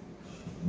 一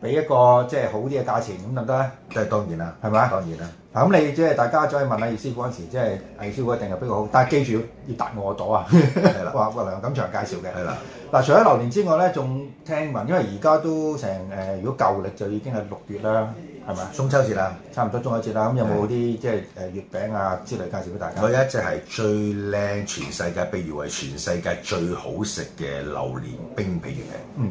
俾一個即係好啲嘅價錢咁得唔得咧？都係當然啦，係咪啊當然啦，嗱，咁你即係大家再問下葉師傅嗰陣時，即係哎葉師傅一定係比較好，但係記住要答我朵啊！係 啦話話梁錦祥介紹嘅。係啦。嗱，除咗榴蓮之外咧，仲聽聞，因為而家都成誒、呃如果舊歷就已經係六月啦，係咪啊？中秋節啦，差唔多中秋節啦，咁有冇啲即係誒月餅啊之類介紹俾大家？我有一隻係最靚，全世界被譽為全世界最好食嘅榴蓮冰皮月餅。嗯，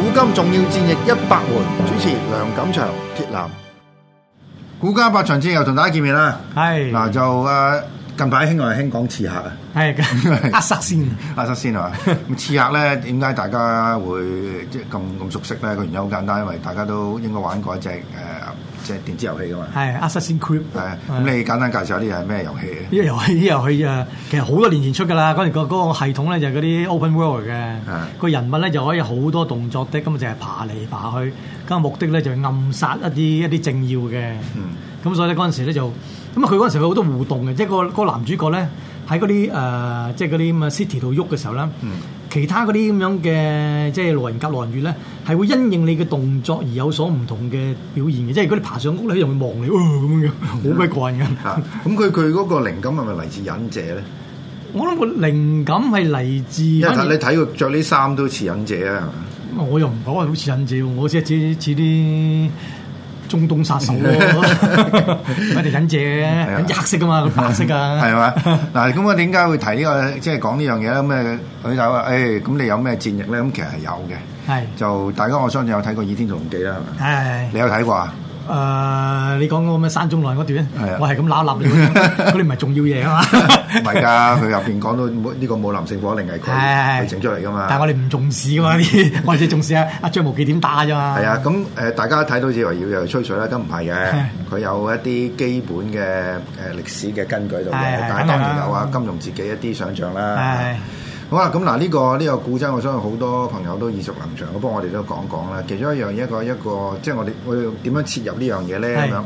古今重要戰役一百回，主持梁錦祥、鐵男。古家八場戰又同大家見面啦。係嗱就誒近排興話興講刺客啊。係 咁，壓塞先。阿首 先啊， 咁刺客咧點解大家會即係咁咁熟悉咧？個原因好簡單，因為大家都應該玩過一隻誒、呃即係電子遊戲噶嘛。係 Assassin Creed，係咁，你簡單介紹 下呢隻係咩遊戲咧？呢個遊戲呢個遊戲啊，其實好多年前出㗎啦。嗰陣個嗰個系統咧就係嗰啲 open world 嚟嘅，個人物咧就可以好多動作的，咁就係爬嚟爬去，咁啊目的咧就係暗殺一啲一啲政要嘅。咁所以咧嗰陣時咧就，咁啊佢嗰陣時佢好多互動嘅，即係個嗰個男主角咧係喺嗰啲誒即係嗰啲咁嘅 city 度喐嘅時候咧，其他嗰啲咁樣嘅即係路人甲、路人乙咧，係會因應你嘅動作而有所唔同嘅表現嘅，即係如果你爬上屋咧，又會望你哦咁樣，好鬼過癮嘅。啊咁佢佢嗰個靈感係咪嚟自忍者咧？我諗個靈感係嚟自，因為反而你睇佢着呢衫都似忍者啊，我又唔講係好似忍者喎，我只係似似啲中東殺 手咯，唔一定忍者嘅，忍者黑色 噶嘛，白色噶，係嘛？嗱，咁我點解會提呢個即係講呢樣嘢咧？咩佢就話誒，咁你有咩戰役咧？咁其實係有 嘅，係就大家我相信有睇過《倚天屠龍記》啦，係咪？係你有睇過啊？誒，你講嗰個咩山中內嗰段係啊，我係咁揦 立你嗰啲，嗰啲唔係重要嘢啊唔嘛。係㗎，佢入邊講到冇呢個武林聖火令係 佢佢整出嚟㗎嘛。但係我哋唔重視噶 嘛呢啲，我哋只重視啊阿張無忌點打啫嘛。係啊，咁誒、呃大家睇到以為要又吹水啦，咁唔係嘅係，佢有一啲基本嘅誒、呃、歷史嘅根據喺度嘅係係，但係梗係當啦然有啊金庸自己一啲想像啦係。好啊啦，咁嗱呢個呢、個古仔，我相信好多朋友都耳熟能詳，不過我哋都講講啦。其中一樣一個一個，即係我哋我哋點樣切入呢樣嘢咧係咁樣。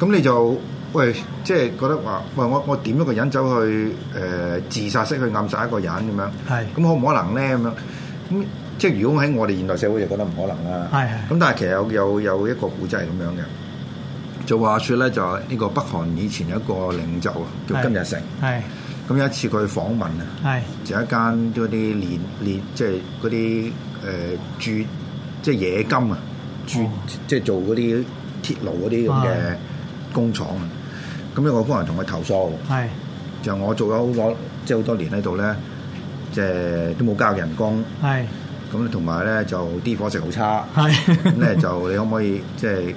咁你就喂，即係覺得話，喂我我點一個人走去誒、呃自殺式去暗殺一個人咁樣。係咁可唔可能咧？咁樣咁即係如果喺我哋現代社會就覺得唔可能啦。係係咁但係其實有有有一個古仔係咁樣嘅，就話説咧就係呢個北韓以前有一個領袖啊，叫金日成。係咁有一次佢去訪問啊，係就一間嗰啲練練即係嗰啲誒鑄即係冶金啊，鑄哦啊即係做嗰啲鐵路嗰啲咁嘅係工廠啊。咁有個工人同佢投訴。係就我做咗好多即係好多年喺度咧，即係都冇加人工，係咁同埋咧就啲伙食好 差，咁係咧就你可唔可以即係誒誒，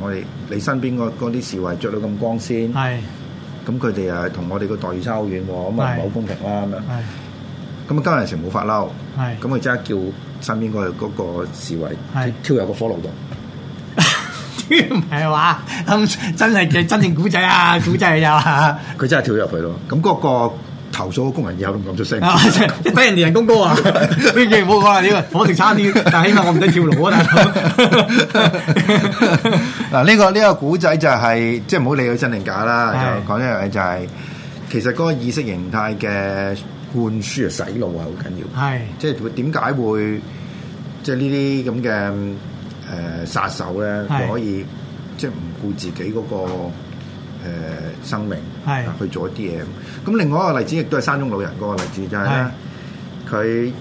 我哋你身邊嗰嗰啲侍衛着到咁光鮮，係咁佢哋啊同我哋個待遇差好遠喎，咁啊唔係好係公平啦咁樣，係咁啊加人成冇發嬲，係咁佢即刻叫身邊嗰個嗰個侍衛係挑入個火爐度，唔係話咁真係嘅真正古仔 啊，古仔又啊，佢真係跳入去咯，咁嗰個投訴嘅工人以後都唔敢出聲。啊即係低人哋人工高 啊，呢句唔好講啦，呢個伙食差啲，但係起碼我唔使跳樓啊，大 佬。嗱，呢個呢個古仔就係即係唔好理佢真定假啦，係就講一樣嘢就係其實嗰個意識形態嘅灌輸啊、洗腦係好緊要。係即係會點解會即係呢啲咁嘅誒殺手咧係可以即係唔顧自己嗰、個、呃、生命係去做一啲嘢？咁另外一個例子亦都係山中老人嗰個例子就係咧係，佢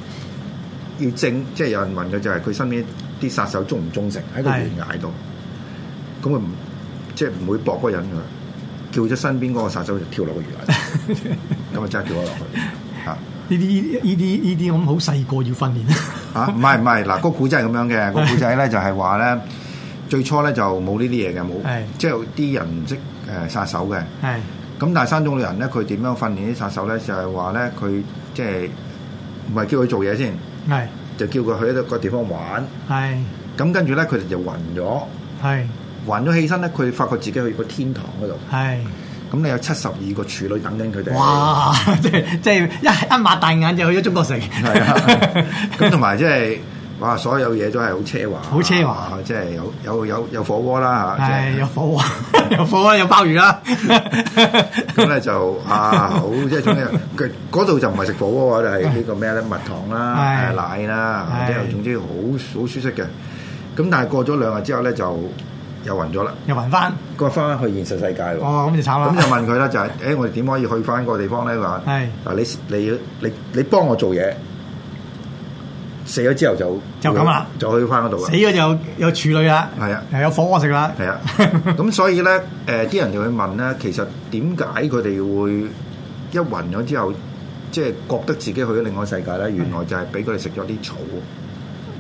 要正即係有人問佢就係佢身邊啲殺手忠唔忠誠喺個係懸崖度，咁佢唔即係唔會搏嗰個人㗎，叫咗身邊嗰個殺手就跳落個懸崖度， 咁啊真係跳咗落去啊嚇。呢啲呢啲呢啲咁好細個要訓練啊嚇，啊唔係唔係，嗱、個古仔係咁樣嘅， 個古仔咧就係話咧，最初咧就冇呢啲嘢嘅，冇係即係啲人唔識誒殺手嘅。係咁但係山中老人咧，佢點樣訓練啲殺手咧？就係話咧，佢即係唔係叫佢做嘢先，係就叫佢去一個地方玩。係咁跟住咧，佢哋就暈咗，係暈咗起身咧，佢哋發覺自己去個天堂嗰度。係。咁你有七十二個處女等緊佢哋。哇！ 即係即係一一擘大眼就去咗中國城，係啊，咁同埋即係哇，所有嘢都係好奢華，啊好奢華，即係有有有有火鍋啦嚇， 係即有係火啊， 有火啊，有 鮑魚啦，咁咧就啊好，即係總之佢嗰度就唔係食火鍋啊，就係呢個咩咧蜜糖啦、係誒奶啦，係即係總之好好舒適嘅。咁但係過咗兩日之後咧，就又暈咗啦，又暈翻，佢翻去現實世界喎。哦咁就慘咁啦就，問佢啦，就係誒我哋點可以去翻個地方咧？佢話係嗱，你你你你幫我做嘢，死咗之後就就咁啦，就去翻嗰度啦死。咗就有處女啦，係啊又有火鍋食啦，係啊， 咁所以咧，誒、啲人就會問咧，其實點解佢哋會一暈咗之後，即係覺得自己去咗另外世界咧？原來就係俾佢哋食咗啲草。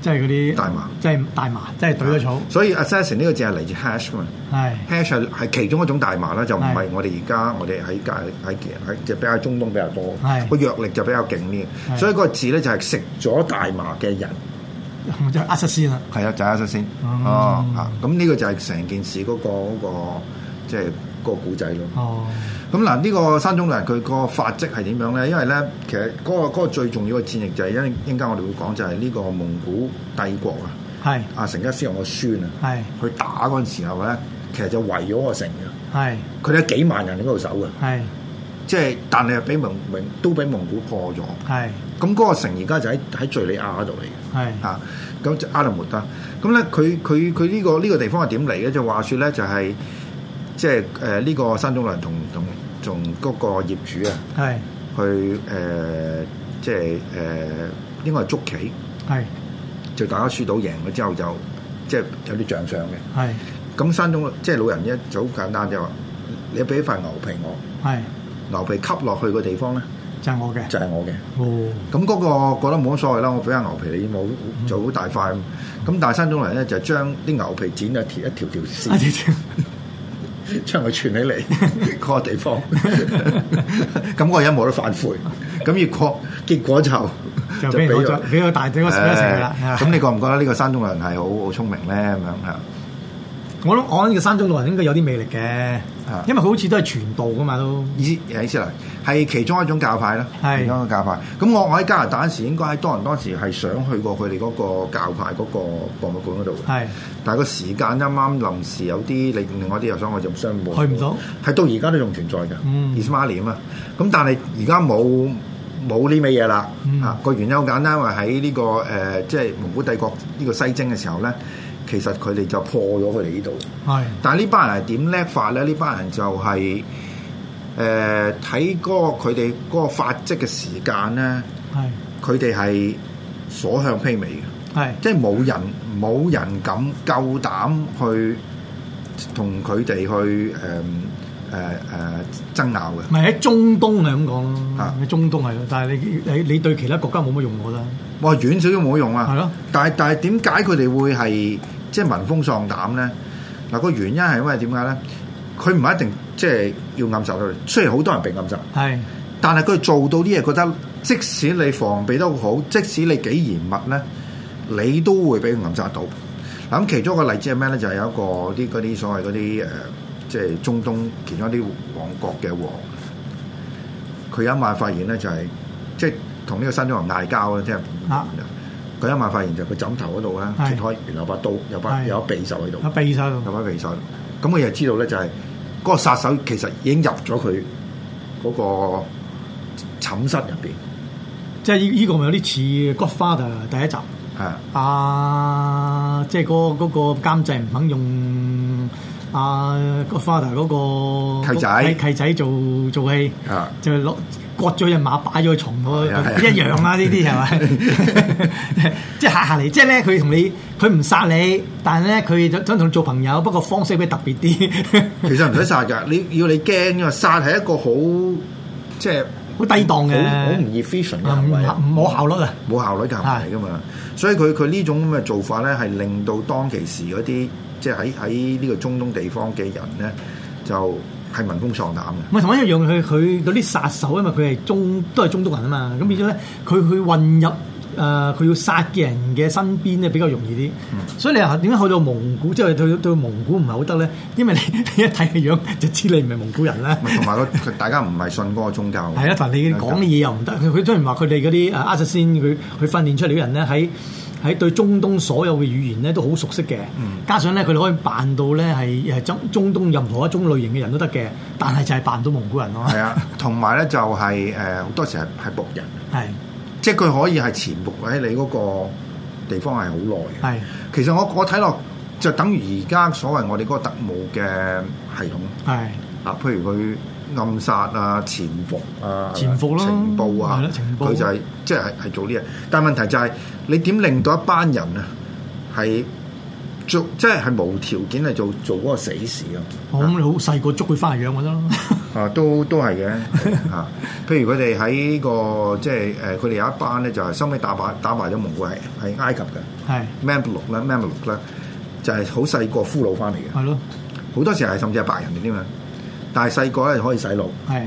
即係嗰啲大麻即係大麻，即係懟咗草，所以 assassin 呢個字係嚟自 hash 噶嘛係，hash 係係其中一種大麻啦，就唔係係我哋而家我哋喺界喺喺就比較中東比較多，係個藥力就比較勁啲嘅。係所以個字咧就係食咗大麻嘅人。咁就呃實先啦，係啊，就係一先。嗯哦，嚇！咁呢個就係成件事嗰、個嗰、個即係嗰個古仔咯。哦，咁嗱，呢個山中老人佢個法跡係點樣咧？因為咧，其實嗰、個嗰個最重要嘅戰役就係因一陣間我哋會講就係呢個蒙古帝國啊，係阿成吉思汗個孫啊，係去打嗰陣時候咧，其實就圍咗個城嘅，係佢哋有幾萬人喺嗰度守嘅，係即係但係俾蒙蒙都俾蒙古破咗。係咁嗰個城而家就喺喺敍利亞嗰度嚟嘅。係啊，咁就阿勒莫德。咁咧，佢佢佢呢個呢、個地方係點嚟嘅？就話說咧，就係即係誒呢個山中良同同同嗰個業主啊，係去誒、呃即係誒、呃、應該係捉棋，係就大家輸到贏咗之後就即係有啲獎賞嘅。係咁山中即係老人一就好簡單就話，你俾塊牛皮我，係牛皮吸落去個地方咧就係我嘅就係、我嘅。 哦，咁嗰個覺得冇乜所謂啦，我俾下牛皮你冇就好大塊咁。咁但係山中人咧就將啲牛皮剪咗條一條條 啊線，條條將佢串起嚟 嗰個地方。 咁我而家冇得反悔。咁結果結果就就俾人攞咗，俾個大隊嗰十一成啦。誒咁你覺唔覺得呢個山中人係好好聰明咧？咁樣嚇我諗我諗呢個山中老人應該有啲魅力嘅啊，因為佢好似都係傳道噶嘛都。意誒意思嚟係其中一種教派啦，係其中一個教派。咁我我喺加拿大嗰時應該喺多倫多時係想去過佢哋嗰個教派嗰個博物館嗰度嘅。係但係個時間啱啱臨時有啲另另外啲又想我就相冇去唔到，係到而家都仲存在嘅。嗯 i s m a l i 啊嘛，咁但係而家冇冇呢味嘢啦嗯。啊個原因好簡單，因為喺呢個誒即係蒙古帝國呢個西征嘅時候咧，其實佢哋就破咗佢哋呢度。係但係呢班人係點叻法咧？呢班人就係誒睇嗰個佢哋嗰個發跡嘅時間咧，係佢哋係所向披靡嘅。係即係冇人冇人敢夠膽去同佢哋去誒誒誒爭拗嘅。咪喺中東係咁講咯，啊喺中東係咯，但係你你你對其他國家冇乜用，我覺得哇，遠少少冇用啊！係咯但係但係點解佢哋會係即係聞風喪膽咧？嗱、個原因係因為點解咧？佢唔係一定即係要暗殺佢哋，雖然好多人被暗殺，係但係佢做到啲嘢，覺得即使你防備得好，即使你幾嚴密咧，你都會俾佢暗殺到。嗱咁其中一個例子係咩咧？就係、有一個啲嗰啲所謂嗰啲誒，呃即係中東其中一啲王國嘅王，佢有一晚發現咧就係、即係同呢個新中人嗌交啦，即係啊佢有一晚發現就佢枕頭嗰度咧係切開，原來有把刀，有把係有把匕首喺度，阿秘晒有度，把匕首喺度。咁佢就知道咧就係、嗰個殺手其實已經入咗佢嗰個寢室入邊。即係呢呢個咪有啲似 Godfather 第一集啊，啊，即係嗰嗰個監製唔肯用啊 Godfather 嗰個契仔契仔做做戲啊，就攞割咗只馬擺咗去床嗰係啊係啊一樣啦，呢啲 係咪？即係下下嚟，即係咧佢同你佢唔殺你，但係咧佢就想同你做朋友，不過方式比較特別啲。其 實唔使殺㗎，你要你驚㗎嘛，殺係一個好即係好低檔嘅好好唔 efficient 嘅啊行唔為啊，唔冇效率啊！冇效率嘅行為嚟㗎嘛。所以佢佢呢種咁嘅做法咧，係令到當其時嗰啲即係喺喺呢個中東地方嘅人咧，就係聞風喪膽嘅。唔係同埋一樣，佢佢嗰啲殺手，因為佢係中都係中東人啊嘛，咁變咗咧，佢佢混入誒佢、要殺嘅人嘅身邊咧比較容易啲，所以你話點解去到蒙古之後對對蒙古唔係好得咧？因為你 你一睇個樣就知你唔係蒙古人啦。同埋個 大家唔係信嗰個宗教。係啊，但係你講嘅嘢又唔得。佢佢雖然話佢哋嗰啲誒阿薩先，佢佢訓練出嚟嘅人咧，喺喺對中東所有嘅語言咧都好熟悉嘅。加上咧，佢哋可以扮到咧係誒中中東任何一種類型嘅人都得嘅，但係就係扮唔到蒙古人咯。 係啊，同埋咧就係誒好多時係係仆人，係即係佢可以係潛伏喺你嗰個地方係好耐嘅。係其實我我睇落就等於而家所謂我哋嗰個特務嘅系統係啊，譬如佢暗殺啊、潛伏啊、潛伏咯情報啊係咯情，報佢就係即係係做呢嘢。但係問題就係、你點令到一班人啊係做即係係無條件係做做嗰個死士啊？我諗你好細個捉佢翻嚟養咪得咯。 啊，都都係嘅啊。譬如佢哋喺個即係誒，佢哋有一班咧就係收尾打敗打敗咗蒙古係係埃及嘅係 Mamluk 啦 Mamluk 啦，就係好細個俘虜翻嚟嘅。係咯好多時係甚至係白人嚟添嘛。啊但係細個咧就可以洗腦，係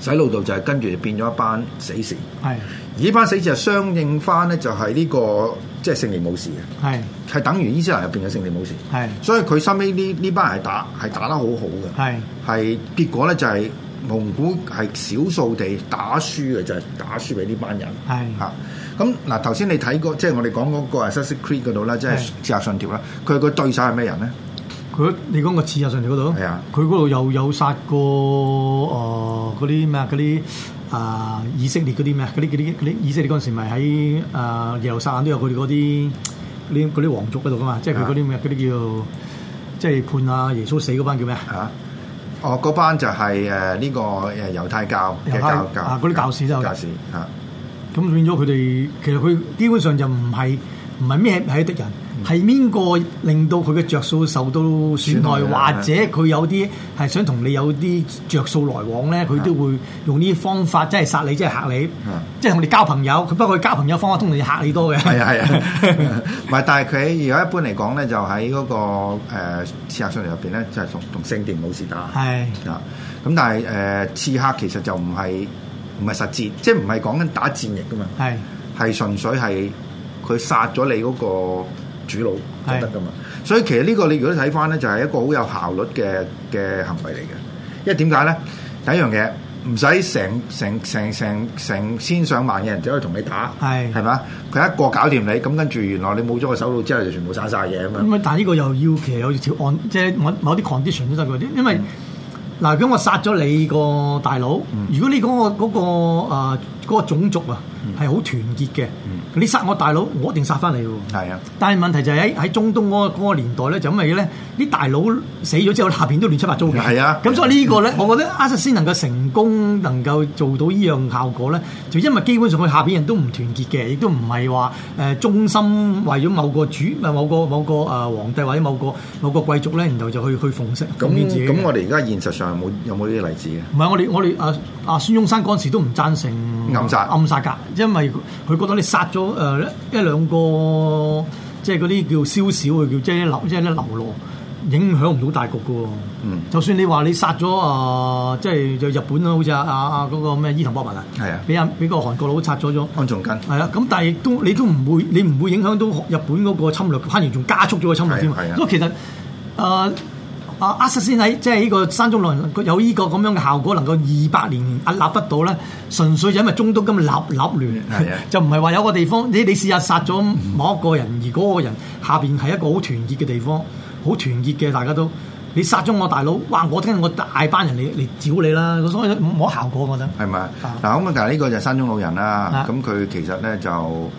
洗腦到就係跟住就變咗一班死士，係而呢班死士就相應翻咧就係呢、個即係聖靈武士嘅，係係等於伊斯蘭入邊嘅聖靈武士。係所以佢收尾呢呢班人係打係打得好好嘅，係係結果咧就係、蒙古係少數地打輸嘅，就係、打輸俾呢班人。係嚇。咁嗱，頭先你睇過，即係我哋講嗰個 a s s a s s i n Creed 嗰度啦，即係係刺客信條啦，佢個對手係咩人咧？佢你講個刺啊上條嗰度，係啊佢嗰度又有殺過誒嗰啲咩啊嗰啲啊以色列嗰啲咩啊嗰啲嗰啲嗰啲以色列嗰陣時咪喺誒耶路撒冷都有佢哋嗰啲嗰啲嗰啲皇族嗰度噶嘛，即係佢嗰啲咩嗰啲叫即係判啊耶穌死嗰班叫咩啊？啊！哦，嗰班就係誒呢個誒猶太教嘅猶太教教啊嗰啲教士都有教士啊，咁變咗佢哋其實佢基本上就唔係唔係咩係敵人，嗯係邊個令到佢嘅着數受到損害，損害啊或者佢有啲係想同你有啲着數來往咧，啊佢都會用呢啲方法，即係殺你，即係嚇你嗯，即係同你交朋友。佢不過佢交朋友方法通常要嚇你多嘅。係啊係啊，唔係， 但係佢而家一般嚟講咧，就喺嗰個誒刺客信條入邊咧，就係同同聖殿冇事打。 係啊，咁但係誒、呃刺客其實就唔係唔係實戰，即係唔係講緊打戰役噶嘛，係係純粹係佢殺咗你嗰個主腦係就得噶嘛。所以其實呢個你如果睇翻咧，就係、一個好有效率嘅嘅行為嚟嘅。因為點解咧？第一樣嘢唔使成成成成成千上萬嘅人走去同你打，係係咪啊佢一個搞掂你，咁跟住原來你冇咗個手腦之後，就全部散晒嘢咁樣。咁啊但係呢個又要其實有條案，即係某某啲 condition 都得嘅，因為嗱，咁我殺咗你個大佬，如果你嗰、個嗰、個誒嗰、個種族啊係好團結嘅，你殺我大佬，我一定殺翻你喎。係啊，但係問題就係喺喺中東嗰、個嗰個年代咧，就因為咧啲大佬死咗之後，下邊都亂七八糟嘅。係啊咁所以呢個咧，我覺得阿薩先能夠成功能夠做到呢樣效果咧，就因為基本上佢下邊人都唔團結嘅，亦都唔係話誒忠心為咗某個主唔係某個某個誒、呃皇帝或者某個某個貴族咧，然後就去去奉承咁奉獻自己嘅。咁我哋而家現實上有冇有冇呢啲例子嘅？唔係我哋我哋啊啊孫中山嗰陣時都唔贊成暗殺暗殺㗎，因為佢覺得你殺咗誒、呃一兩個即係嗰啲叫宵小嘅叫即係流即係啲流羅。影響唔到大局嘅喎，嗯就算你話你殺咗啊、呃即係就日本啦，好似啊啊啊嗰個咩伊藤博文啊，係啊俾人俾個韓國佬殺咗咗，安重根。係啊，咁但係亦都你都唔會，你唔會影響到日本嗰個侵略，反而仲加速咗個侵略添係啊係。啊所以其實誒啊阿薩先喺即係呢個山中老人佢有呢個咁樣嘅效果，能夠二百年屹立不倒咧，純粹就因為中東咁立立亂係啊， 就唔係話有個地方你你試下殺咗某一個人，而嗰個人下邊係一個好團結嘅地方，好團結嘅大家都。你殺咗我大佬，哇！我聽我大班人嚟嚟剿你啦，所以冇乜效果，我覺得。係咪？嗱咁啊，但係呢個就係山中老人啦啊。咁佢其實咧就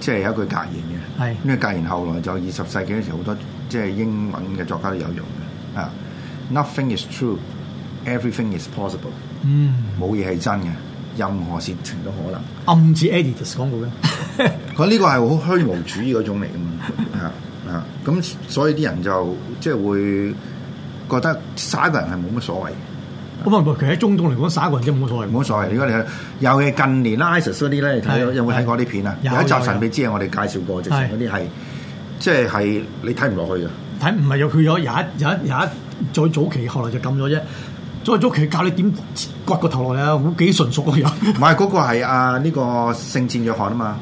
即係有一句格言嘅。係呢個格言後來就二十世紀嗰時好多即係英文嘅作家都有用嘅。啊，Nothing is true, everything is possible。嗯，冇嘢係真嘅，任何事情都可能。暗指 Adidas 講過嘅。佢呢個係好虛無主義嗰種嚟㗎 嘛。啊啊，咁所以啲人就即係會覺得殺一個人係冇乜所謂。咁啊，唔係其實喺中東嚟講，殺一個人真係冇所謂。冇所謂，如果你去，尤其近年啦，ISIS 嗰啲咧，你睇係有冇睇過啲片啊？有有一集有有神秘之夜，我哋介紹過，直情嗰啲係即係係你睇唔落去嘅。睇唔係有佢有有一有一有一再早期，後來就禁咗啫。再早期教你點割個頭落嚟啊，好幾純熟 啊又。唔係嗰個係啊呢個聖戰約翰啊嘛，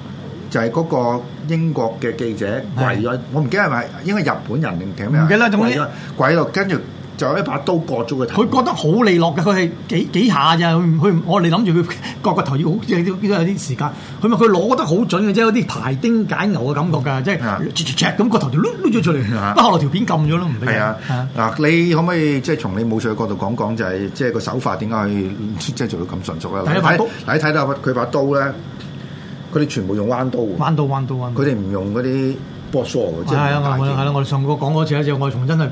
就係嗰個英國嘅記者跪咗，我唔記得係咪應該日本人定定咩啊？唔記得總之跪咗跪喺度，跟住就有一把刀割咗個頭。佢覺得好利落嘅，佢係幾幾下咋，佢唔佢唔我哋諗住佢割個頭要好，即係都都有啲時間。佢咪佢攞得好準嘅啫，有啲排丁解牛嘅感覺㗎，即啊係切切切咁個頭就碌碌咗出啊嚟。不過後來條片禁咗咯，唔俾係啊啊，嗱，你可唔可以即係從你武術嘅角度講講，就係即係個手法點解可以 即係做到咁純熟咧？第你一把睇刀嗱你睇到佢把刀咧，佢哋全部用彎刀喎。彎到彎到彎到佢。哋唔用嗰啲波梳嘅，即係係啊，唔我大我係啦，件。我哋上個講嗰次咧，就我從真係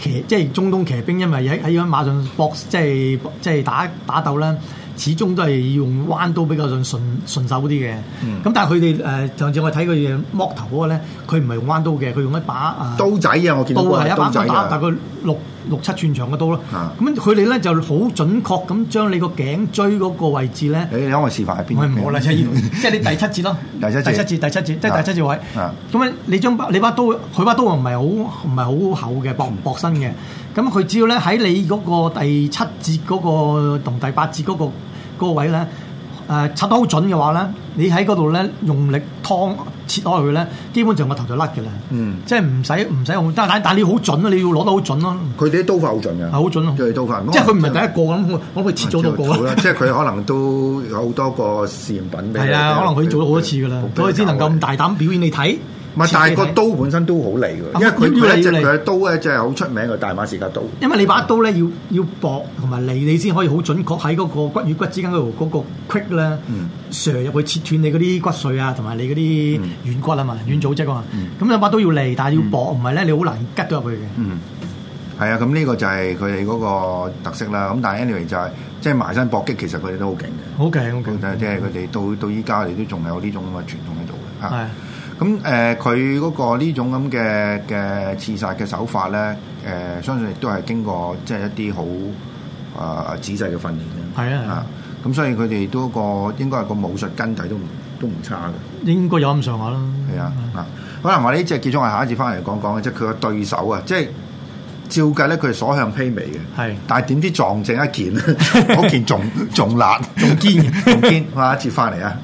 騎即係中東騎兵，因為喺喺馬上搏即係即係打打鬥啦，始終都係要用彎刀比較上順順手啲嘅。咁、嗯但係佢哋誒上次我睇佢哋剝頭嗰個咧，佢唔係用彎刀嘅，佢用一把誒。刀仔啊，我見刀到嗰個係一把刀仔咁打，大啊，概六六七寸長嘅刀咯啊。咁佢哋咧就好準確咁將你個頸椎嗰個位置咧，你你可唔可以示範喺邊？啊我係冇 啦，即係呢度即係你第七節咯，第七節第七節，第七節，即係第七節位啊。咁啊，你將把你把刀，佢把刀唔係好唔係好厚嘅，薄嗯唔薄身嘅。咁佢只要咧喺你嗰個第七節嗰、個同第八節嗰、個嗰個位咧，誒插得好準嘅話咧，你喺嗰度咧用力劏切開佢咧，基本上個頭就甩嘅啦。嗯即係唔使唔使好，但但但你要好準啊，你要攞得好準咯，佢哋啲刀法好準嘅，係啊好準咯。佢哋刀法，即係佢唔係第一個咁，我諗佢切咗到個啊好啦，即係佢可能都有好多個試驗品俾你。啊係啊，可能佢做咗好多次噶啦，所以先能夠咁大膽表演你睇。唔係，但係個切機睇刀本身都好利啊嘅，因為佢要佢利一隻要利佢嘅刀咧，即係好出名嘅大馬士革刀。因為你把刀咧要要薄同埋利，你先可以好準確喺嗰個骨與骨之間嗰度嗰個 quick 咧嗯，削入去切斷你嗰啲骨髓啊，同埋你嗰啲軟骨啊嘛，嗯軟組織啊嘛。咁你把刀要利，但係要薄，唔係咧你好難吉到入去嘅。嗯，係啊，咁呢個就係佢哋嗰個特色啦。咁但係 anyway 就係即係埋身搏擊，其實佢哋都好勁嘅。好勁，好勁。咁即係佢哋到到依家，佢哋都仲有呢種咁嘅傳統喺度嘅嚇。係咁誒，呃佢嗰、個呢種咁嘅嘅刺殺嘅手法咧，誒、相信亦都係經過即係一啲好啊仔細嘅訓練嘅。係啊係啊啊咁所以佢哋都個應該係個武術根底都唔都唔差嘅，應該有咁上下啦。係啊啊！好啦，我哋呢只結束，我下一節翻嚟講講嘅，即係佢個對手啊，即係照計咧，佢係所向披靡嘅。係但係點知 撞正一件，嗰件仲仲辣，仲堅，仲堅。我下一節翻嚟啊！